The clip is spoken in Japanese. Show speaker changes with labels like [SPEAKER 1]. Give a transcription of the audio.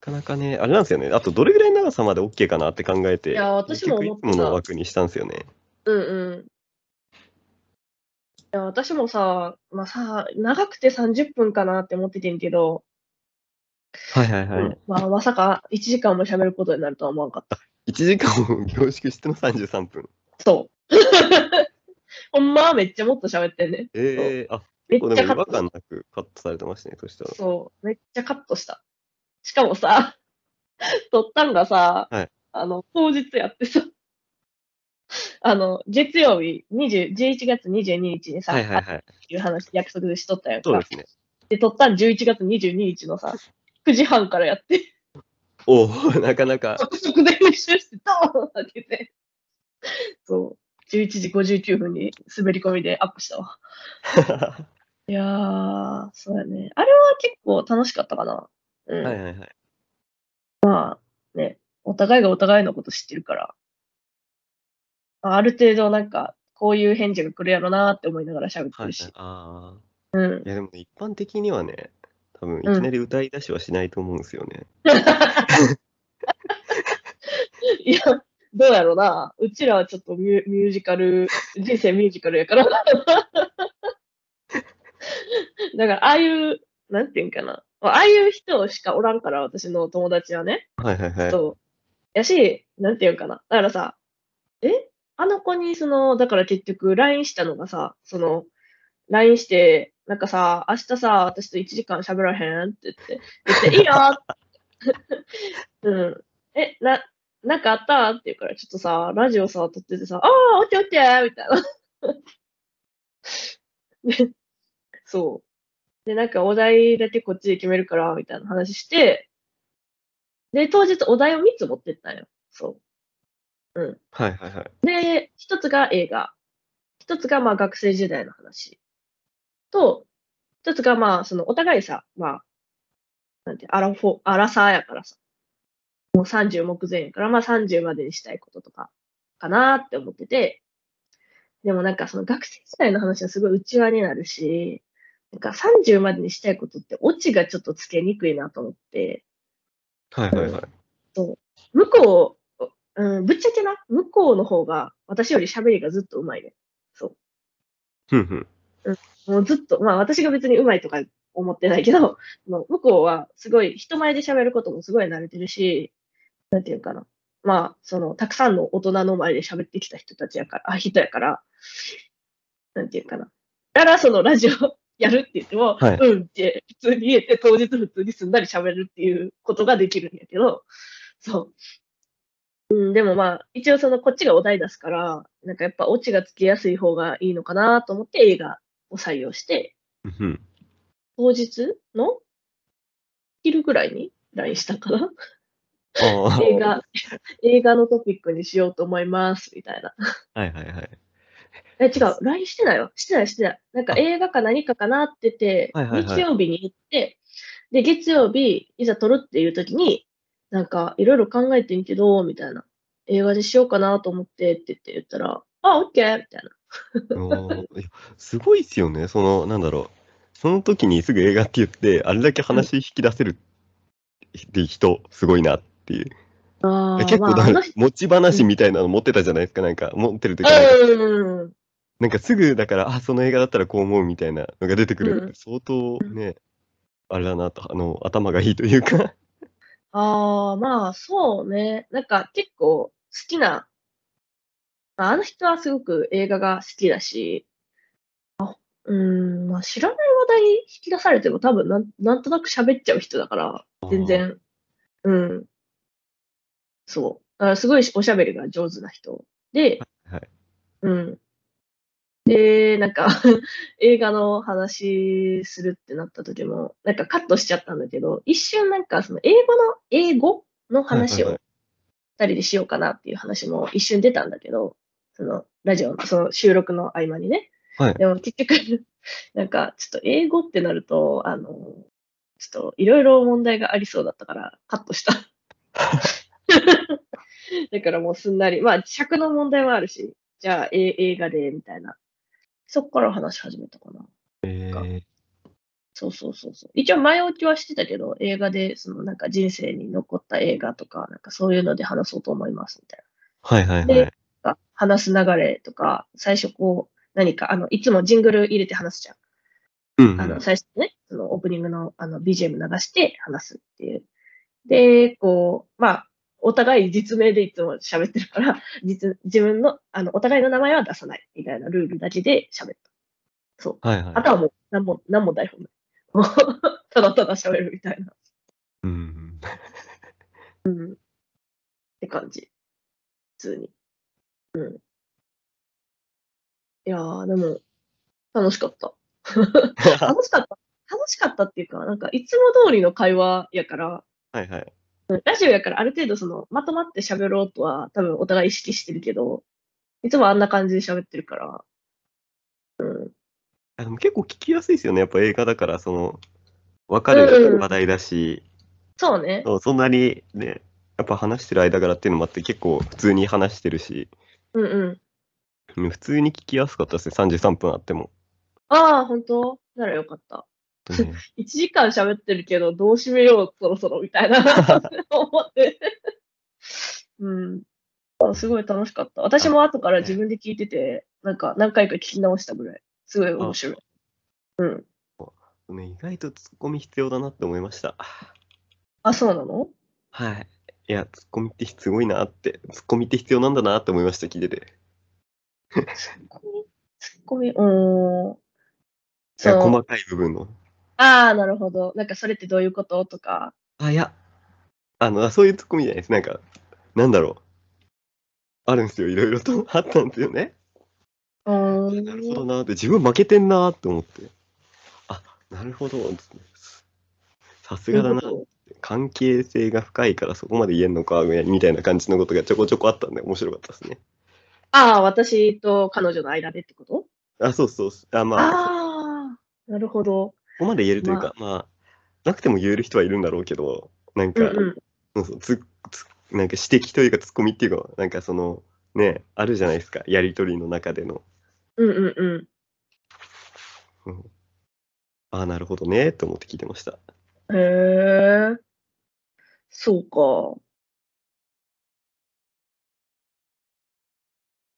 [SPEAKER 1] かなかね、あれなんですよね。あと、どれぐらいの長さまで OK かなって考えて、
[SPEAKER 2] いや私も思った
[SPEAKER 1] 結局いつもの枠にしたんですよね。
[SPEAKER 2] うんうん。いや、私もさ、まあさ、長くて30分かなって思っててんけど、
[SPEAKER 1] はいはいはい。
[SPEAKER 2] うんまあ、まさか1時間も喋ることになるとは思わんかった。
[SPEAKER 1] 1時間を凝縮しての33分。
[SPEAKER 2] そう。 ほんまはめっちゃもっと喋ってんね。
[SPEAKER 1] ええあ、
[SPEAKER 2] め
[SPEAKER 1] 結
[SPEAKER 2] っ
[SPEAKER 1] 構で
[SPEAKER 2] ち
[SPEAKER 1] も違
[SPEAKER 2] ゃカッ
[SPEAKER 1] 和
[SPEAKER 2] ト。
[SPEAKER 1] 感なくカットされてましたね、そしたら。
[SPEAKER 2] そう、めっちゃカットした。しかもさ、 撮ったんがさ、
[SPEAKER 1] はい
[SPEAKER 2] あの、当日やってさ、あの、月曜日20、11月22日にさ、
[SPEAKER 1] はいはいはい。
[SPEAKER 2] っていう話約束しとったやんか。
[SPEAKER 1] そうですね。
[SPEAKER 2] で、撮ったん11月22日のさ、9時半からやって、
[SPEAKER 1] おお、なかな か。
[SPEAKER 2] 速速で練習して、ドーンって開けて、そう、11時59分に滑り込みでアップしたわ。
[SPEAKER 1] はい
[SPEAKER 2] やー、そうやね。あれは結構楽しかったかな。うん。
[SPEAKER 1] いはいはい。
[SPEAKER 2] ね、お互いがお互いのこと知ってるから、あある程度なんか、こういう返事が来るやろなーって思いながら喋って
[SPEAKER 1] はい、
[SPEAKER 2] るし。
[SPEAKER 1] あ
[SPEAKER 2] うん
[SPEAKER 1] あ。い。や、でもね一般的にはね、多分いき
[SPEAKER 2] うん
[SPEAKER 1] なり歌い出しはしないと思うんですよね。
[SPEAKER 2] いや、どうやろうな。うちらはちょっとミュミュージカル、人生ミュージカルやから。だから、ああいう、なんていうんかな。ああいう人しかおらんから、私の友達はね。
[SPEAKER 1] はいはいはい。
[SPEAKER 2] そう。やし、なんていうんかな。だからさ、えあの子に、その、だから結局、LINE したのがさ、その、LINE して、なんかさ、明日さ、私と1時間喋らへんって言って、言って、いいようん。え、な、なんかあったって言うから、ちょっとさ、ラジオさ、撮っててさ、ああ、オッケーオッケーみたいな。でそう。で、なんかお題だけこっちで決めるから、みたいな話して、で、当日お題を3つ持ってったんよ。そう。
[SPEAKER 1] はいはいはい。
[SPEAKER 2] で、一つが映画。一つがまあ学生時代の話。と、一つがまあそのお互いさ、まあ、なんて、アラフォー、アラサーやからさ。もう30目前やから、まあ30までにしたいこととか、かなーって思ってて。でもなんかその学生時代の話はすごい内輪になるし、なんか30までにしたいことってオチがちょっとつけにくいなと思って。
[SPEAKER 1] はいはいはい。
[SPEAKER 2] 向こう、うん、ぶっちゃけな、向こうの方が私より喋りがずっと上手いね。そう。
[SPEAKER 1] ふんふん。
[SPEAKER 2] もうずっと、まあ私が別に上手いとか思ってないけど、 まあ向こうはすごい人前で喋ることもすごい慣れてるし、なんていうかな。まあ、その、たくさんの大人の前で喋ってきた人たちやから、あ、人やから、なんていうかな。だからそのラジオ やるって言っても、
[SPEAKER 1] はい
[SPEAKER 2] うんって普通に言えて、当日普通にすんなり喋るっていうことができるんやけど、そう。うん、でもまあ、一応そのこっちがお題出すから、なんかやっぱオチがつきやすい方がいいのかなと思って映画を採用して、
[SPEAKER 1] ふんふん。
[SPEAKER 2] 当日の昼ぐらいに LINE したかな
[SPEAKER 1] ああ。
[SPEAKER 2] 映画、映画のトピックにしようと思います、みたいな。
[SPEAKER 1] はいはいはい。
[SPEAKER 2] え、違う、LINE してないわ。してない、してない。なんか
[SPEAKER 1] あ
[SPEAKER 2] 映画か何かかなってて、
[SPEAKER 1] はいはいはい
[SPEAKER 2] 日曜日に行って、で、月曜日、いざ撮るっていう時に、なんか、いろいろ考えてんけど、みたいな。映画にしようかなと思ってって言って言ったら、あ、オッケーみたいな。
[SPEAKER 1] おーいやすごいっすよね、その、なんだろう、その時にすぐ映画って言って、あれだけ話引き出せるって人、すごいなっていう。
[SPEAKER 2] あー
[SPEAKER 1] 結構だ
[SPEAKER 2] まあ、
[SPEAKER 1] か
[SPEAKER 2] あ
[SPEAKER 1] ら
[SPEAKER 2] の、人、
[SPEAKER 1] 持ち話みたいなの持ってたじゃないですか、なんか、持ってる時なんか、
[SPEAKER 2] うん。
[SPEAKER 1] なんかすぐだから、あ、その映画だったらこう思うみたいなのが出てくるって
[SPEAKER 2] うん
[SPEAKER 1] 相当ね、あれだなと、あの、頭がいいというか。
[SPEAKER 2] ああ、まあ、そうね。なんか結構好きな、まああの人はすごく映画が好きだし、あうーん、まあ知らない話題引き出されても多分なん、なんとなく喋っちゃう人だから、 全然、うん。そう。だからすごいおしゃべりが上手な人。で、
[SPEAKER 1] はい
[SPEAKER 2] うん。で、なんか、 映画の話するってなった時も、なんかカットしちゃったんだけど、一瞬なんかその英語の、英語の話
[SPEAKER 1] はい
[SPEAKER 2] を二人でしようかなっていう話も一瞬出たんだけど、そのラジオのその収録の合間にね。
[SPEAKER 1] はい
[SPEAKER 2] でも結局、 なんかちょっと英語ってなると、あの、ちょっといろいろ問題がありそうだったからカッ トした。 だからもうすんなり、まあ尺の問題はあるし、じゃあえ映画でみたいな。そっから話し始めたかな。
[SPEAKER 1] えー
[SPEAKER 2] そうそうそうそう。一応前置きはしてたけど、映画で、そのなんか人生に残った映画とか、なんかそういうので話そうと思いますみたい
[SPEAKER 1] はいはいは
[SPEAKER 2] で
[SPEAKER 1] い。
[SPEAKER 2] な。が話す流れとか、最初こう、何か、あの、いつもジングル入れて話すじゃん。
[SPEAKER 1] うん、う
[SPEAKER 2] あ
[SPEAKER 1] ん
[SPEAKER 2] の、。最初にね、そのオープニングのあの BGM 流して話すっていう。で、こう、まあ、お互い実名でいつも喋ってるから、実、自分の、あの、お互いの名前は出さないみたいなルールだけで喋った。そう。
[SPEAKER 1] はいはい。
[SPEAKER 2] あとはもう、なんも、なんも台本ない。もうただただ喋るみたいな。っ
[SPEAKER 1] うんうん。
[SPEAKER 2] て感じ。普通に。うん。いやー、でも、楽しかった。楽しかった。楽しかったっていうか、なんか、いつも通りの会話やから、
[SPEAKER 1] はいはい。
[SPEAKER 2] ラジオやからある程度その、まとまって喋ろうとは多分お互い意識してるけど、いつもあんな感じで喋ってるから、
[SPEAKER 1] あでも結構聞きやすいですよね。やっぱ映画だから、その、わかる話題だし、
[SPEAKER 2] そうね。
[SPEAKER 1] そうそんなにね、やっぱ話してる間からっていうのもあって、結構普通に話してるし、
[SPEAKER 2] うんうん。
[SPEAKER 1] うん普通に聞きやすかったですね。33分あって も。
[SPEAKER 2] ああ、本当ならよかった。
[SPEAKER 1] 本当にね
[SPEAKER 2] 1時間喋ってるけど、どう締めよう、そろそろ、みた いな思って。うん。あすごい楽しかった。私も後から自分で聞いてて、なんか何回か聞き直したぐらい。すごい面白い。
[SPEAKER 1] ね意外とツッコミ必要だなって思いました。
[SPEAKER 2] あ、そうなの
[SPEAKER 1] はい。いや、ツッコミってすごいなって、ツッコミって必要なんだなって思いました、聞いてて。
[SPEAKER 2] ツッコミツッコミうーん。
[SPEAKER 1] いや
[SPEAKER 2] う
[SPEAKER 1] 細かい部分の。
[SPEAKER 2] ああ、なるほど。なんかそれってどういうこととか。
[SPEAKER 1] あ、いや、あの、あそういうツッコミじゃないです。なんか、なんだろう。あるんですよ、いろいろと。あったんですよね。
[SPEAKER 2] うーん。
[SPEAKER 1] なるほどなーって、自分負けてんなーって思って。あ、なるほど。さすがだな。関係性が深いからそこまで言えんのか、みたいな感じのことがちょこちょこあったんで、面白かったですね。
[SPEAKER 2] ああ、私と彼女の間でってこと
[SPEAKER 1] あ、そうそう。あ、まあ、
[SPEAKER 2] ああ、なるほど。
[SPEAKER 1] ここまで言えるというか、まあ、なくても言える人はいるんだろうけど、なん
[SPEAKER 2] う
[SPEAKER 1] か、
[SPEAKER 2] んうん。
[SPEAKER 1] そうそうつつなんか指摘というか、ツッコミっていうか、なんかその、ね、あるじゃないですか、やりとりの中での。
[SPEAKER 2] うんうんうん。
[SPEAKER 1] うんあなるほどね、と思って聞いてました。
[SPEAKER 2] へえ。そうか。